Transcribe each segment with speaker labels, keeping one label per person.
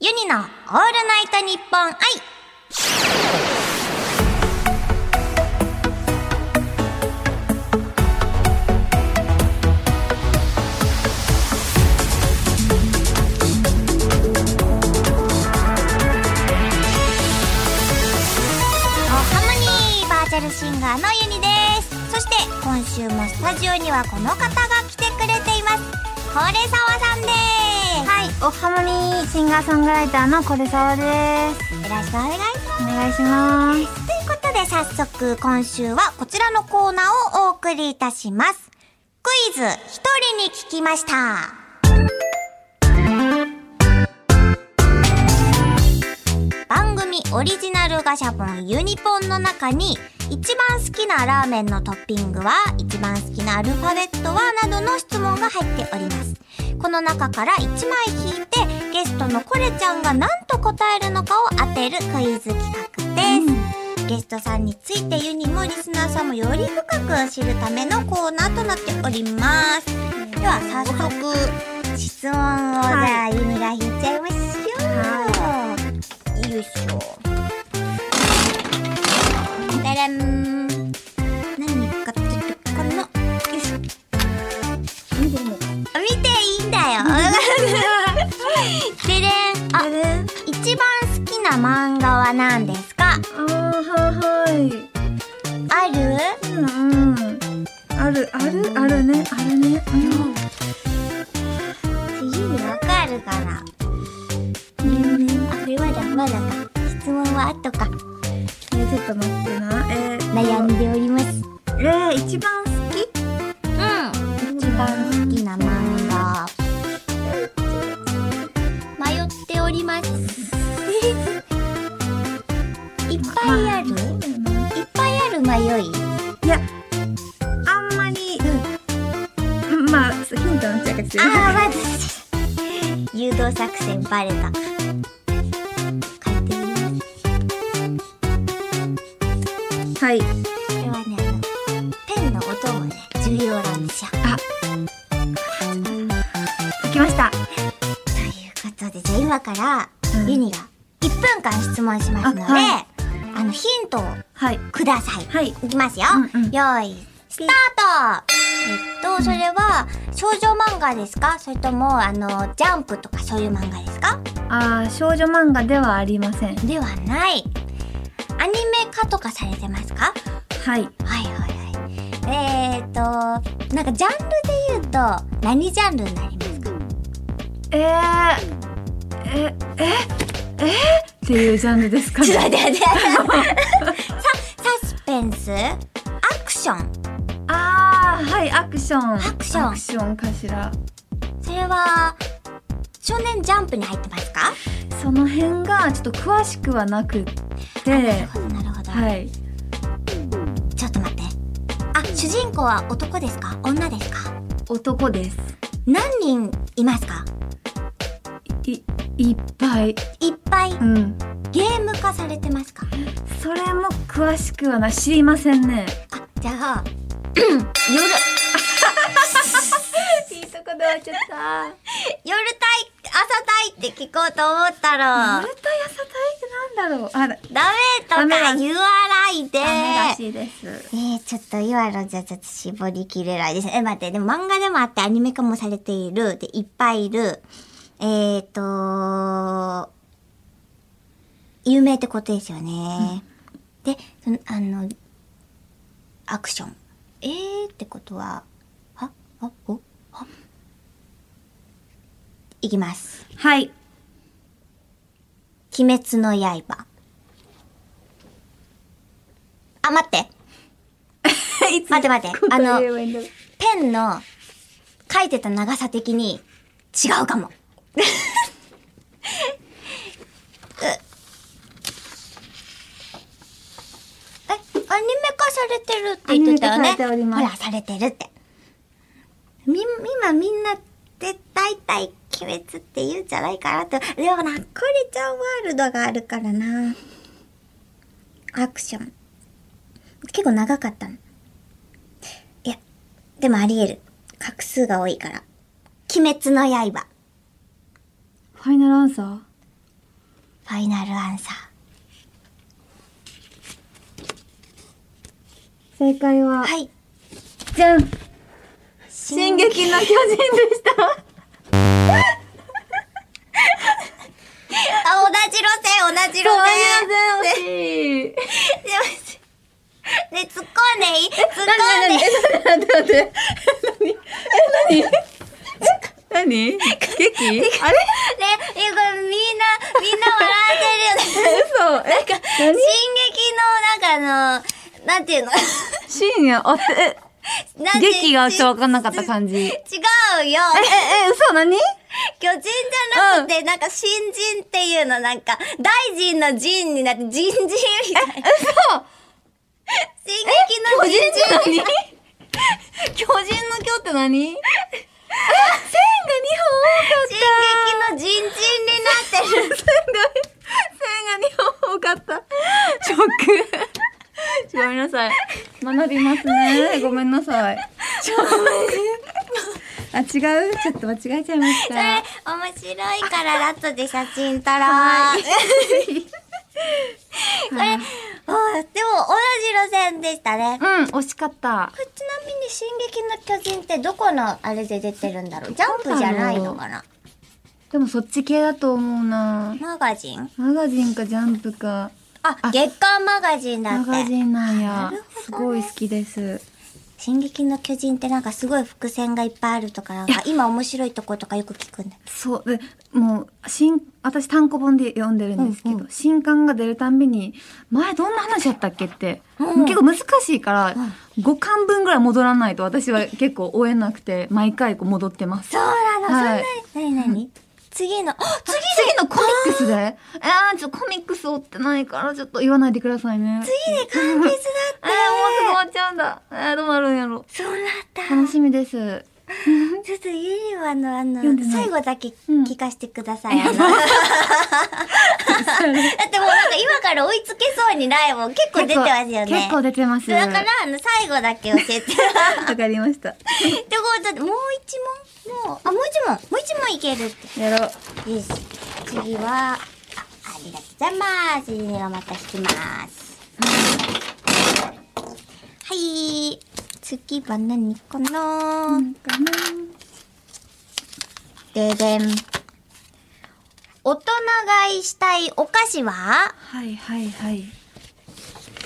Speaker 1: ユニのオールナイトニッポン愛おハモニーバーチャルシンガーのユニですそして今週もスタジオにはこの方が来てくれていますコレサワさんです
Speaker 2: はい、おはもにシンガーソングライターのコレサワです。
Speaker 1: よろしくお願いします
Speaker 2: お願いします。
Speaker 1: ということで早速今週はこちらのコーナーをお送りいたしますクイズ一人に聞きました番組オリジナルガシャポンユニポンの中に一番好きなラーメンのトッピングは一番好きなアルファベットはなどの質問が入っておりますこの中から1枚引いてゲストのコレちゃんが何と答えるのかを当てるクイズ企画です、ゲストさんについてユニもリスナーさんもより深く知るためのコーナーとなっておりますでは早速質問をじゃあユニが引いちゃいましょう、よいしょだらん何かってるかなよいしょ見ていいんだよでれんあ一番好きな漫画は何ですか
Speaker 2: あー、はいはい。
Speaker 1: ある
Speaker 2: うん、ある、ある、あるね、あるね。
Speaker 1: わかるかな
Speaker 2: うん、ね、
Speaker 1: あれはだまだか質問は後か
Speaker 2: えー、ちょっと待ってな。えー、
Speaker 1: 悩んでおります
Speaker 2: えー、一番好き。
Speaker 1: うん一番好きな漫画迷っておりますいっぱいあるいっぱいある迷い
Speaker 2: いや、あんまり、うん、 まあ、ヒントのちゃかち
Speaker 1: ああまず誘導作戦バレた書いてみます
Speaker 2: はい。
Speaker 1: これはねあのペンの音もね重要なんですよ
Speaker 2: 書きました。
Speaker 1: ということでじゃあ今から、
Speaker 2: うん
Speaker 1: ユニが1分間質問しますのであ,、
Speaker 2: あは
Speaker 1: のヒントを
Speaker 2: はい。
Speaker 1: ください、
Speaker 2: はい
Speaker 1: いきますよ、
Speaker 2: うんうん
Speaker 1: 用意スタートえっとそれは少女漫画ですかそれともあのジャンプとかそういう漫画ですか
Speaker 2: あー、少女漫画ではありません。
Speaker 1: ではないアニメ化とかされてますか
Speaker 2: は
Speaker 1: は
Speaker 2: い。
Speaker 1: いはいはいえー、っとなんかジャンルで言うと何ジャンルになりますか
Speaker 2: えー、え、え、えっていうジャンルですか
Speaker 1: ちょっ
Speaker 2: ね。
Speaker 1: と待って待 ってササスペンスアクション
Speaker 2: あー、はい、アクション。
Speaker 1: アクション
Speaker 2: アクションかしら。
Speaker 1: それは少年ジャンプに入ってますか
Speaker 2: その辺がちょっと詳しくはなくって、
Speaker 1: なるほどなるほど、
Speaker 2: はい。
Speaker 1: ちょっと待ってあ主人公は男ですか女ですか
Speaker 2: 男です。
Speaker 1: 何人いますか
Speaker 2: い、いっぱい。
Speaker 1: いっぱい
Speaker 2: うん。
Speaker 1: ゲーム化されてますか
Speaker 2: それも詳しくはな、知りませんね。
Speaker 1: あじゃあ
Speaker 2: 夜いいとこで終わっちゃった。
Speaker 1: 夜帯朝帯って聞こうと思ったら
Speaker 2: 夜対朝対ってなんだろう。あら、
Speaker 1: ダメと
Speaker 2: ダメ
Speaker 1: か
Speaker 2: だ
Speaker 1: 言わないで
Speaker 2: ダメらしいです。
Speaker 1: えー、ちょっと今のじゃちょっと絞りきれないですね。え、待って、でも漫画でもあってアニメ化もされている、で、いっぱいいる。えーと有名ってことですよね。で、その、あの、アクション。えーってことは、はあ、おはいきます。
Speaker 2: はい。
Speaker 1: 鬼滅の刃。あ、待って。 待って待ってあのペンの書いてた長さ的に違うかも。 うえ、アニメ化されてるって言ってたよね。
Speaker 2: アニメ化されております
Speaker 1: ほら、されてるって。み、今みんなで大体鬼滅って言うんじゃないかなと。でもな、コレちゃんワールドがあるからな。アクション。結構長かったの。いや、でもあり得る。画数が多いから。鬼滅の刃。
Speaker 2: ファイナルアンサー
Speaker 1: ファイナルアンサー。
Speaker 2: 正解は、
Speaker 1: はい。
Speaker 2: じゃん進
Speaker 1: 進
Speaker 2: 撃の巨人で した
Speaker 1: あ、同じ路線、同じ路線。
Speaker 2: 全然惜し
Speaker 1: す
Speaker 2: い
Speaker 1: いません。ね、突っ込んでいい突っ込んでいい
Speaker 2: 何何何え、待って待って。え、何え、何何劇あれ
Speaker 1: ね、え、これみんな、みんな笑ってるよね。
Speaker 2: 嘘え、なんか、何
Speaker 1: 進撃の、なんかあの、なんていうの
Speaker 2: 深夜、あ、え、
Speaker 1: なんて
Speaker 2: 劇がちょっとわかんなかった感じ。え、え、
Speaker 1: 違うよ。
Speaker 2: え、嘘何
Speaker 1: 巨人じゃなくて、なんか新人っていうの、なんか、大臣の人になって、人人みたいな。
Speaker 2: 嘘
Speaker 1: 進撃の
Speaker 2: 巨人
Speaker 1: 人
Speaker 2: って
Speaker 1: 人。
Speaker 2: 何巨人の巨って何あ、線が2本
Speaker 1: 進撃の人人にな ってる。
Speaker 2: 多かった。線が、線が2本多かった。ショック。 ごめんなさい。学びますね。ごめんなさい。 あ、違うちょっと間違えちゃいまし
Speaker 1: それ
Speaker 2: た。、
Speaker 1: 面白いから、後で写真撮ろう。これ、おーでも、同じ路線でしたね。
Speaker 2: うん、惜しかった。
Speaker 1: これちなみに「進撃の巨人」ってどこのあれで出てるんだろうジャンプじゃないのかな
Speaker 2: でもそっち系だと思うな。
Speaker 1: マガジン
Speaker 2: マガジンかジャンプか。
Speaker 1: あ
Speaker 2: あ
Speaker 1: 月刊マガジンだ
Speaker 2: マ
Speaker 1: っ
Speaker 2: ガ
Speaker 1: て
Speaker 2: ジンなん
Speaker 1: な
Speaker 2: や
Speaker 1: るほどね。
Speaker 2: すごい好きです。
Speaker 1: 「進撃の巨人」ってなんかすごい伏線がいっぱいあるとかなんか今面白いとことかよく聞くんだ
Speaker 2: そうでもう新私単行本で読んでるんですけど、
Speaker 1: うんう
Speaker 2: 新刊が出るたんびに前どんな話やったっけって、
Speaker 1: うん
Speaker 2: 結構難しいから、5巻分ぐらい戻らないと私は結構追えなくて毎回こう戻ってます
Speaker 1: そうなの、
Speaker 2: はい
Speaker 1: そんなに何何次のあ次
Speaker 2: 次のコミックスでえー、ちょっとコミックス追ってないからちょっと言わないでくださいね
Speaker 1: 次で完結だって
Speaker 2: えー、もうすぐ終わっちゃうんだえー、どうなるんやろ
Speaker 1: そうなった
Speaker 2: 楽しみです
Speaker 1: ちょっとユニバのあの
Speaker 2: 読んでない
Speaker 1: 最後だけ
Speaker 2: うん
Speaker 1: 聞かせてくださ い、あのだってもうなんか今から追いつけそうにないもん結構出てますよね
Speaker 2: 結構出てます
Speaker 1: だからあの最後だけ教えて っ
Speaker 2: わかりました
Speaker 1: てことでもう一問もうあもう一問もう一問いけるって
Speaker 2: やろう
Speaker 1: よし次はあありがとうございますゆにがまた引きますはい次は何かな、
Speaker 2: なんかね
Speaker 1: ででん。大人買いしたいお菓子は
Speaker 2: はいはいはい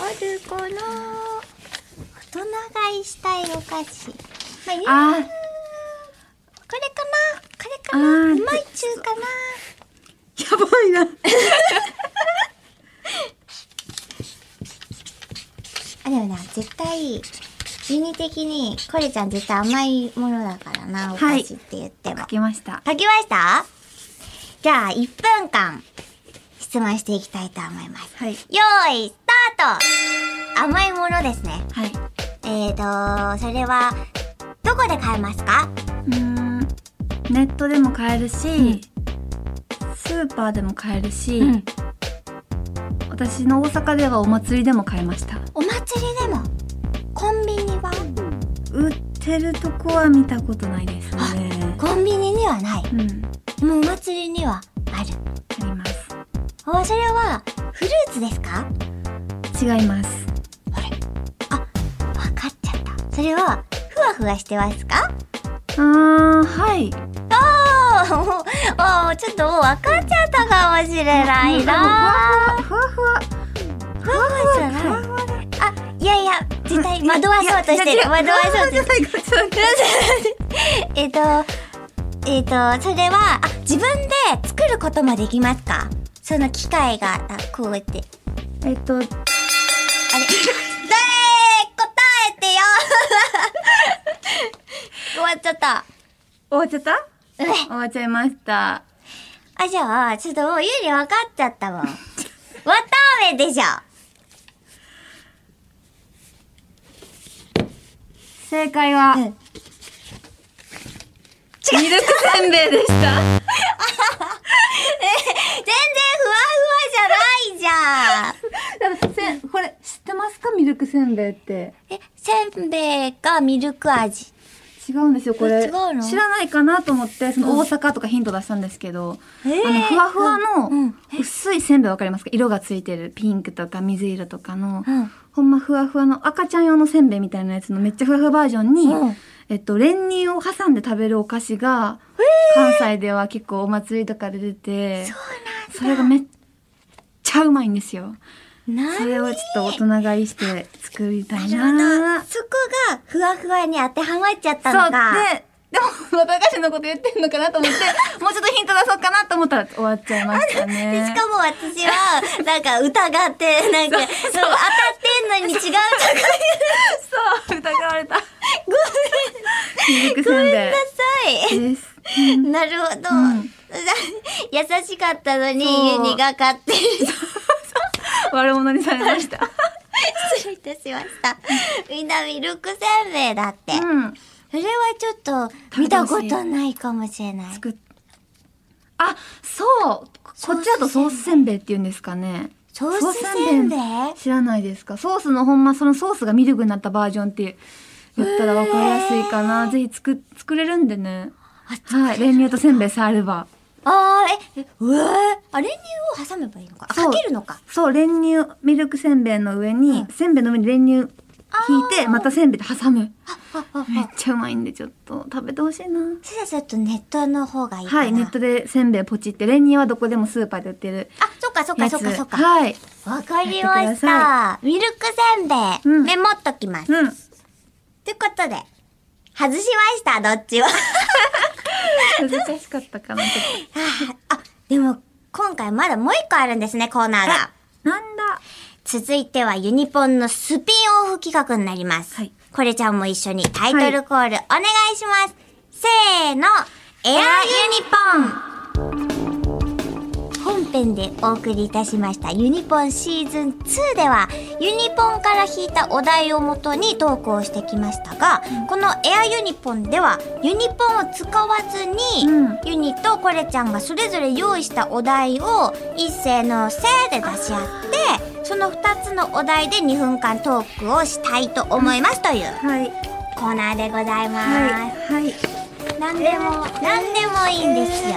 Speaker 1: あるかな大人買いしたいお菓子。まあ、ゆうこれ
Speaker 2: あー
Speaker 1: かなこれか
Speaker 2: あ
Speaker 1: な
Speaker 2: ー
Speaker 1: うまいちゅうかな
Speaker 2: やばいな。
Speaker 1: あ、でもな、絶対、人理的に、これちゃん絶対甘いものだからな、お
Speaker 2: は
Speaker 1: 菓
Speaker 2: い
Speaker 1: 子って言っても。
Speaker 2: 書きました。
Speaker 1: 書きましたじゃあ、1分間、質問していきたいと思います。
Speaker 2: はい。
Speaker 1: よーい、スタート甘いものですね。
Speaker 2: はい。
Speaker 1: えーと、それは、どこで買えますか
Speaker 2: うーん。ネットでも買えるし、スーパーでも買えるし、私の大阪ではお祭りでも買えました。
Speaker 1: お祭りでも、コンビニは
Speaker 2: 売ってるとこは見たことないですね。
Speaker 1: コンビニにはない。
Speaker 2: うん。
Speaker 1: もうお祭りにはある。
Speaker 2: あります。
Speaker 1: お、それは、フルーツですか
Speaker 2: 違います。
Speaker 1: わかっちゃった。それは、ふわふわしてますか
Speaker 2: あー、はい。
Speaker 1: あー、もう、あーちょっともうわかっちゃったかもしれないな
Speaker 2: ふわふわ。
Speaker 1: ふわふわじゃ
Speaker 2: ふ
Speaker 1: な
Speaker 2: わ
Speaker 1: い。
Speaker 2: ふわだ。
Speaker 1: あ、いやいや、絶対惑わそうとして
Speaker 2: いや違
Speaker 1: る。惑わそうとしてる。
Speaker 2: ふわふわじゃない。
Speaker 1: えっと、えっと、それは、あ、自分で作ることもできますかその機械が、あこうや って。
Speaker 2: えっと、
Speaker 1: あれ、だー答えてよ 終わっちゃった。
Speaker 2: 終わっちゃった
Speaker 1: うえ
Speaker 2: 終わっちゃいました。
Speaker 1: あ、じゃあ、ちょっともうゆり分かっちゃったもん。わたあめでしょ。
Speaker 2: 正解は、
Speaker 1: うん
Speaker 2: ミルクせんべいでした。
Speaker 1: 全然ふわふわじゃないじゃん。
Speaker 2: だからせんこれ知ってますかミルクせんべいって
Speaker 1: え、せんべいがミルク味。
Speaker 2: 違違うんですよこれ
Speaker 1: え違うの
Speaker 2: 知らないかなと思ってその大阪とかヒント出したんですけど、あのふわふわ
Speaker 1: うんう
Speaker 2: の
Speaker 1: ん
Speaker 2: 薄いせんべいわかりますか色がついてるピンクとか水色とかの、
Speaker 1: うん
Speaker 2: ほんまふわふわの赤ちゃん用のせんべいみたいなやつのめっちゃふわふわバージョンに、
Speaker 1: うん
Speaker 2: えっと練乳を挟んで食べるお菓子が、関西では結構お祭りとかで出てそれがめっちゃうまいんですよ
Speaker 1: な
Speaker 2: それをちょっと大人買いして作りたいな
Speaker 1: なるほど。そこがふわふわに当てはまっちゃった
Speaker 2: そう
Speaker 1: のか。
Speaker 2: で、でも、和歌のこと言ってんのかなと思 って、もうちょっとヒント出そうかなと思ったら終わっちゃいまし
Speaker 1: で
Speaker 2: たね。
Speaker 1: しかも私は、なんか疑って、 なんか、なんか当たってんのに違うとか
Speaker 2: そう、疑われた。ごめん。くせんべ
Speaker 1: 言い
Speaker 2: いです。
Speaker 1: なさい。なるほど。 優しかったのに、
Speaker 2: そう
Speaker 1: ユニが勝って、
Speaker 2: 悪者にされました。
Speaker 1: 失礼いたしました。みんなミルクせんべいだって。
Speaker 2: うん。
Speaker 1: それはちょっと、見たことないかもしれない。
Speaker 2: 作っあ、そう。ここっちだとソースせんべいって言うんですかね。
Speaker 1: ソースせんべい
Speaker 2: 知らないですかソースのほんまそのソースがミルクになったバージョンって言ったら分かりやすいかな、ぜひ作作れるんでねはい練乳とせんべいさえあれば
Speaker 1: あー、え、えうえー、あ、練乳を挟めばいいのか。あ、
Speaker 2: そう
Speaker 1: かけるのか。
Speaker 2: そう練乳ミルクせんべいの上に、
Speaker 1: うん
Speaker 2: せんべいの上に練乳引いてまたせんべいで挟む
Speaker 1: ああ
Speaker 2: めっ
Speaker 1: あ
Speaker 2: ちゃうまいんでちょっと食べてほしいな
Speaker 1: それじゃあちょっとネットの方がいいかな。
Speaker 2: はいネットでせんべいポチって練乳はどこでもスーパーで売ってる
Speaker 1: あ、そっかそっか
Speaker 2: や
Speaker 1: そっ
Speaker 2: つ
Speaker 1: かそっか。
Speaker 2: はい
Speaker 1: わかりま
Speaker 2: やって
Speaker 1: し
Speaker 2: くだ
Speaker 1: た。ミルクせんべい、
Speaker 2: うん
Speaker 1: メモっときます。と、
Speaker 2: うん
Speaker 1: いうことで、外しました、どっ ちは。
Speaker 2: 難しかったかなちょっ
Speaker 1: あ、でも、今回まだもう一個あるんですね、コーナーが。
Speaker 2: となんだ
Speaker 1: 続いてはユニポンのスピンオフ企画になります。
Speaker 2: はい
Speaker 1: これちゃんも一緒にタイトルコールお願いします。せーの、エアユニポン本編でお送りいたしましたユニポンシーズン2ではユニポンから引いたお題をもとに投稿してきましたが、このエアユニポンではユニポンを使わずに、
Speaker 2: うん
Speaker 1: ユニとコレちゃんがそれぞれ用意したお題を一斉の「せ」で出し合ってその2つのお題で2分間トークをしたいと思いますという
Speaker 2: はい
Speaker 1: コーナーでございます。
Speaker 2: はいはい
Speaker 1: 何でも何でもいいんですよ。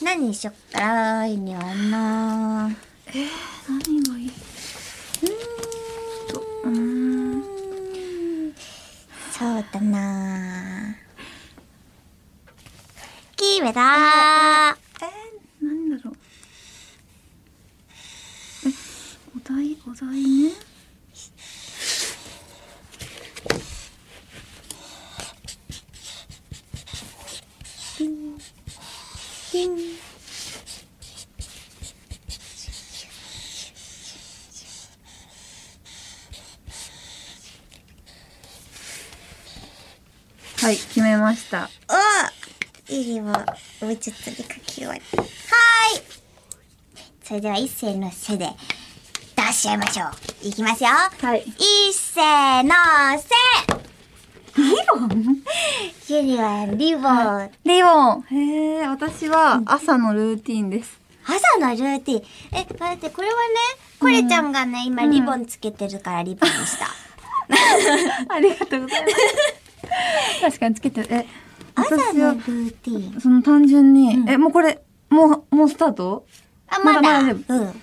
Speaker 1: 何にしよっかなーいにはな
Speaker 2: 何がいいうんうん
Speaker 1: そうだなー決めたー
Speaker 2: 何だろうえお題お題ねはい決めました
Speaker 1: おいりはもうちょっとで書き終わりはーいそれでは一斉のせで出しちゃいましょういきますよ
Speaker 2: はい
Speaker 1: 一斉のせリボンユニはリボン、
Speaker 2: リボンへえ私は朝のルーティンです
Speaker 1: 朝のルーティンえ待ってこれはねこれちゃんがね、今リボンつけてるからリボンにした、
Speaker 2: ありがとうございます。確かにつけてる、え、
Speaker 1: 朝
Speaker 2: 私
Speaker 1: の
Speaker 2: は
Speaker 1: ル、ーティン
Speaker 2: その単純に、
Speaker 1: うん
Speaker 2: え、もうこれ、もう、もうスタート
Speaker 1: あまだ
Speaker 2: まだまだ大丈
Speaker 1: うん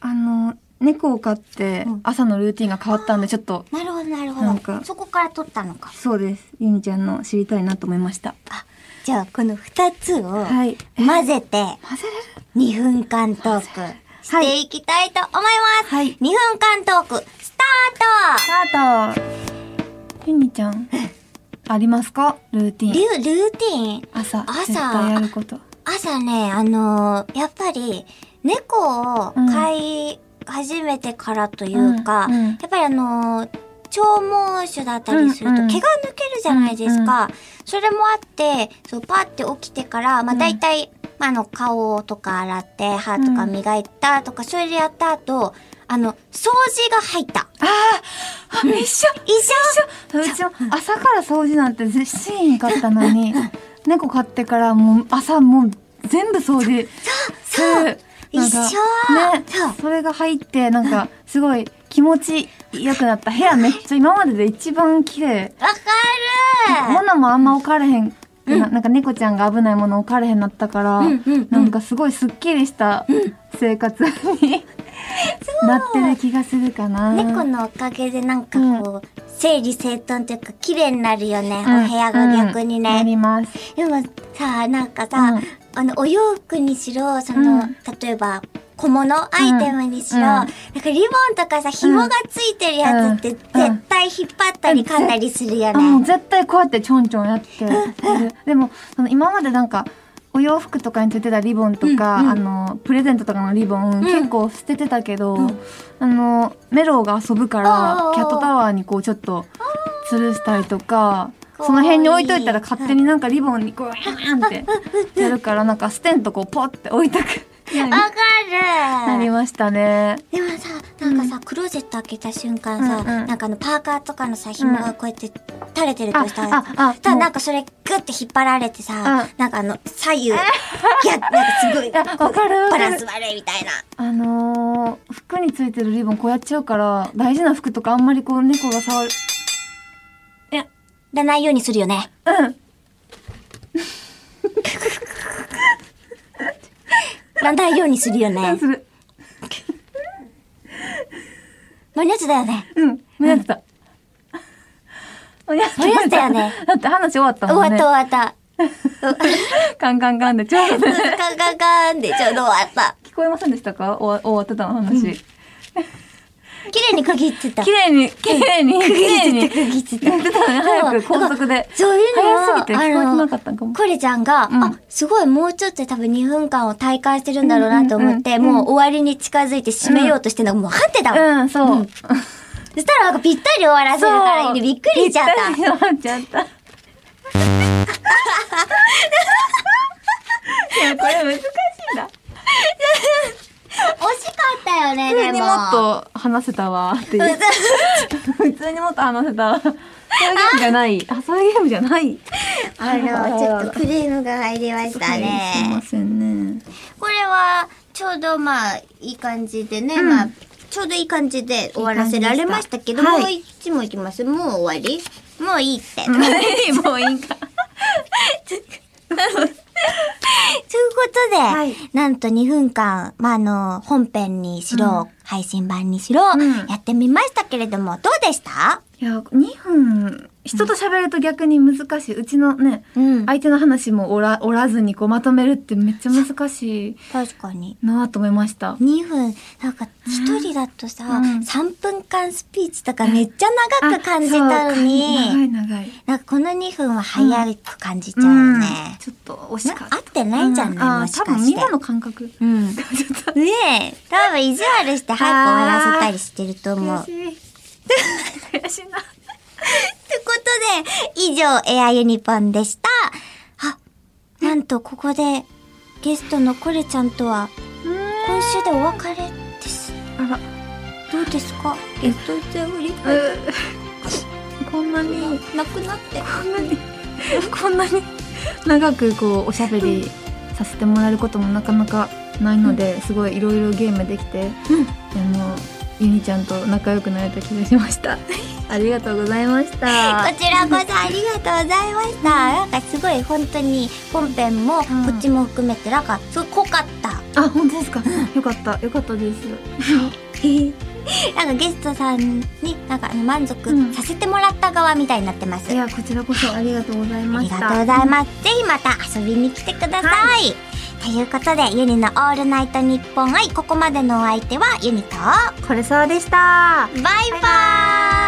Speaker 2: あの、猫を飼って
Speaker 1: うん、
Speaker 2: 朝のルーティンが変わったんで、ちょっと、
Speaker 1: なるほどなる
Speaker 2: な
Speaker 1: ほ
Speaker 2: ん
Speaker 1: ど
Speaker 2: か
Speaker 1: そこから取ったのか
Speaker 2: そうです。ゆにちゃんの知りたいなと思いました。
Speaker 1: あじゃあこの二つを
Speaker 2: はい
Speaker 1: 混ぜて
Speaker 2: 混ぜれる
Speaker 1: 2分間トー クしていきたいと思います。
Speaker 2: はい
Speaker 1: 2分間トークスター
Speaker 2: スタートゆにちゃん、ありますかルーティ
Speaker 1: トル
Speaker 2: ン。
Speaker 1: ルーティン
Speaker 2: 朝、
Speaker 1: 朝
Speaker 2: 絶対やること。
Speaker 1: 朝ね、あのーやっぱり猫を飼い始めてからというか、
Speaker 2: うんうん
Speaker 1: やっぱりあのー長毛種だったりすると
Speaker 2: うんうん
Speaker 1: 毛が抜けるじゃないですか。それもあって、そう、パって起きてから、まあ
Speaker 2: うん
Speaker 1: 大体、まああの、顔とか洗って、歯とか磨いたとか、それでやった後、あの、掃除が入った。
Speaker 2: あーあ、一緒
Speaker 1: 一緒
Speaker 2: うちも朝から掃除なんてしーんかったのに猫飼ってからもう朝もう全部掃除する
Speaker 1: そう
Speaker 2: なんか
Speaker 1: 一緒
Speaker 2: ね
Speaker 1: そう
Speaker 2: それが入ってなんかすごい気持ち良くなった部屋めっちゃ今までで一番綺麗
Speaker 1: わかる
Speaker 2: 物もあんま置かれへ
Speaker 1: う
Speaker 2: ん、
Speaker 1: ん
Speaker 2: ななんか猫ちゃんが危ないもの置かれへんなったから、
Speaker 1: うんうんうん
Speaker 2: なんかすごいすっきりした生活に、なってる気がするかな
Speaker 1: 猫のおかげでなんかこう、整理整頓というか綺麗になるよね、
Speaker 2: うん
Speaker 1: お部屋が逆に
Speaker 2: うんな
Speaker 1: ね、
Speaker 2: ります
Speaker 1: でもさなんかさ、
Speaker 2: うん
Speaker 1: あのお洋服にしろその、
Speaker 2: うん
Speaker 1: 例えば小物アイテムにしろ、
Speaker 2: うん
Speaker 1: なんかリボンとかさ紐がついてるやつって
Speaker 2: うん
Speaker 1: 絶対引っ張ったり噛んだりするよ
Speaker 2: あもう
Speaker 1: ね。
Speaker 2: 絶対こうやってちょんちょんやってるでもその今までなんかお洋服とかについてたリボンとか、
Speaker 1: うんうん
Speaker 2: あのプレゼントとかのリボン、
Speaker 1: ん
Speaker 2: 結構捨ててたけど、
Speaker 1: うん
Speaker 2: あのメロウが遊ぶか
Speaker 1: おーお
Speaker 2: ら
Speaker 1: ー
Speaker 2: キャットタワーにこうちょっと吊るしたりとか
Speaker 1: かわいい
Speaker 2: その辺に置いといたら勝手になんかリボンにこうヒャンってやるからなんかステンとこうポって置いたく
Speaker 1: わ
Speaker 2: なり
Speaker 1: かる
Speaker 2: ましたね。
Speaker 1: でもさなんかさ、クローゼット開けた瞬間さ、
Speaker 2: うんうん
Speaker 1: なんかあのパーカーとかのさ紐がこうやって垂れてるとしたら、
Speaker 2: あああ
Speaker 1: ただ
Speaker 2: もう
Speaker 1: なんかそれグッて引っ張られてさ、
Speaker 2: うん
Speaker 1: なんかあの左 右いやなんかすごい
Speaker 2: いやわかるわかる
Speaker 1: バランス悪いみたいな。
Speaker 2: あのー、服についてるリボンこうやっちゃうから大事な服とかあんまりこう猫が触る
Speaker 1: らないようにするよね。
Speaker 2: うん
Speaker 1: らないようにするよ
Speaker 2: 何
Speaker 1: ね。
Speaker 2: する
Speaker 1: 間に合っちゃだよね。
Speaker 2: うん間に合ってた間に合って
Speaker 1: 間に合ってたよね
Speaker 2: だって話終わった
Speaker 1: 終
Speaker 2: も
Speaker 1: わっ
Speaker 2: んね
Speaker 1: た終わった。
Speaker 2: カンカンカンでちょうどね
Speaker 1: ガンガンガンでちょうど終わった。
Speaker 2: 聞こえませんでしたか終わ終わってたの話、綺
Speaker 1: 綺麗に区切ってた。
Speaker 2: 麗に綺 麗に 綺麗に
Speaker 1: 区切ってた、区切って
Speaker 2: 言ってたのね早く
Speaker 1: そう
Speaker 2: 高速で
Speaker 1: そういうの
Speaker 2: 早
Speaker 1: は
Speaker 2: すぎて聞こえてなかったんかも
Speaker 1: コレちゃんが、
Speaker 2: うん
Speaker 1: あ、すごいもうちょっとで多分2分間を体感してるんだろうなと思って、
Speaker 2: うんうんうん
Speaker 1: もう終わりに近づいて締めようとしてるのがもう分かってたもん。
Speaker 2: うんそう、
Speaker 1: うんそしたらなんかぴったり終わらせるからびっくりしちゃった。
Speaker 2: びっくりしちゃった。いやこれ難しい
Speaker 1: 惜
Speaker 2: な。
Speaker 1: しかったよね、
Speaker 2: 普通
Speaker 1: で
Speaker 2: に
Speaker 1: も。
Speaker 2: もっと話せたわっていう。普通にもっと話せたわ。そういうゲームじゃない。あそういうゲームじゃない。
Speaker 1: あの、ちょっとクレームが入りました
Speaker 2: はいすいま
Speaker 1: ね。
Speaker 2: せんね。
Speaker 1: これは、ちょうどまあ、いい感じでね、
Speaker 2: うん
Speaker 1: まあ、ちょうどいい感じで終わらせられましたけど、
Speaker 2: いい感
Speaker 1: もう
Speaker 2: じ
Speaker 1: 一問いきます。もう終わりもういいって。という
Speaker 2: もういいか。
Speaker 1: ことで、
Speaker 2: はい
Speaker 1: なんと2分間、まあ、あの、本編にしろ、配信版にしろ、
Speaker 2: うん
Speaker 1: やってみましたけれども、どうでした
Speaker 2: いや二分人と喋ると逆に難しい。うちのね。
Speaker 1: うん
Speaker 2: 相手の話もおらおらずにこうまとめるってめっちゃ難しい
Speaker 1: 確かに。
Speaker 2: なと思いました。
Speaker 1: 2分、なんか1人だとさ、
Speaker 2: うん
Speaker 1: 3分間スピーチとかめっちゃ長く感じたのに。
Speaker 2: あそう長い長い。
Speaker 1: なんかこの2分は早く感じちゃうよね。
Speaker 2: うんちょっと惜しかっ
Speaker 1: な
Speaker 2: た。
Speaker 1: 合ってないんじゃない、
Speaker 2: うんあ
Speaker 1: も
Speaker 2: ー
Speaker 1: しかして。
Speaker 2: 多分みんなの感覚。ち
Speaker 1: うん。ね
Speaker 2: ょっと
Speaker 1: え、多分意地悪して早く終わらせたりしてると思う。
Speaker 2: 悔
Speaker 1: という
Speaker 2: しい。悔しいな。
Speaker 1: ことで、以上、エアユニポンでした。あ、なんとここで、ゲストのコレちゃんとは、今週でお別れです。
Speaker 2: あら、
Speaker 1: どうですかゲストちゃん振り返って
Speaker 2: こんなに、
Speaker 1: なくなって。
Speaker 2: こんなに、こんなに長くこうおしゃべりさせてもらえることもなかなかないので、すごいいろいろゲームできて、
Speaker 1: うん
Speaker 2: あのゆにちゃんと仲良くなれた気がし ました。ありがとうございまし
Speaker 1: こ
Speaker 2: た。
Speaker 1: ちらこそありがとうございました。なんかすごい本当に本編もこっちも含めてなんかすごい濃かった。
Speaker 2: あ、本当ですか。よかった、よかったです。
Speaker 1: なんかゲストさんになんかあの満足させてもらった側みたいになってます。
Speaker 2: いや、こちらこそありがとうござい
Speaker 1: あ
Speaker 2: ま
Speaker 1: り
Speaker 2: した。
Speaker 1: がとうございます。ぜひまた遊びに来てください。ということで、ユニのオールナイトニッポン愛、ここまでのお相手はユニと、バイ
Speaker 2: これそうでした。
Speaker 1: バイ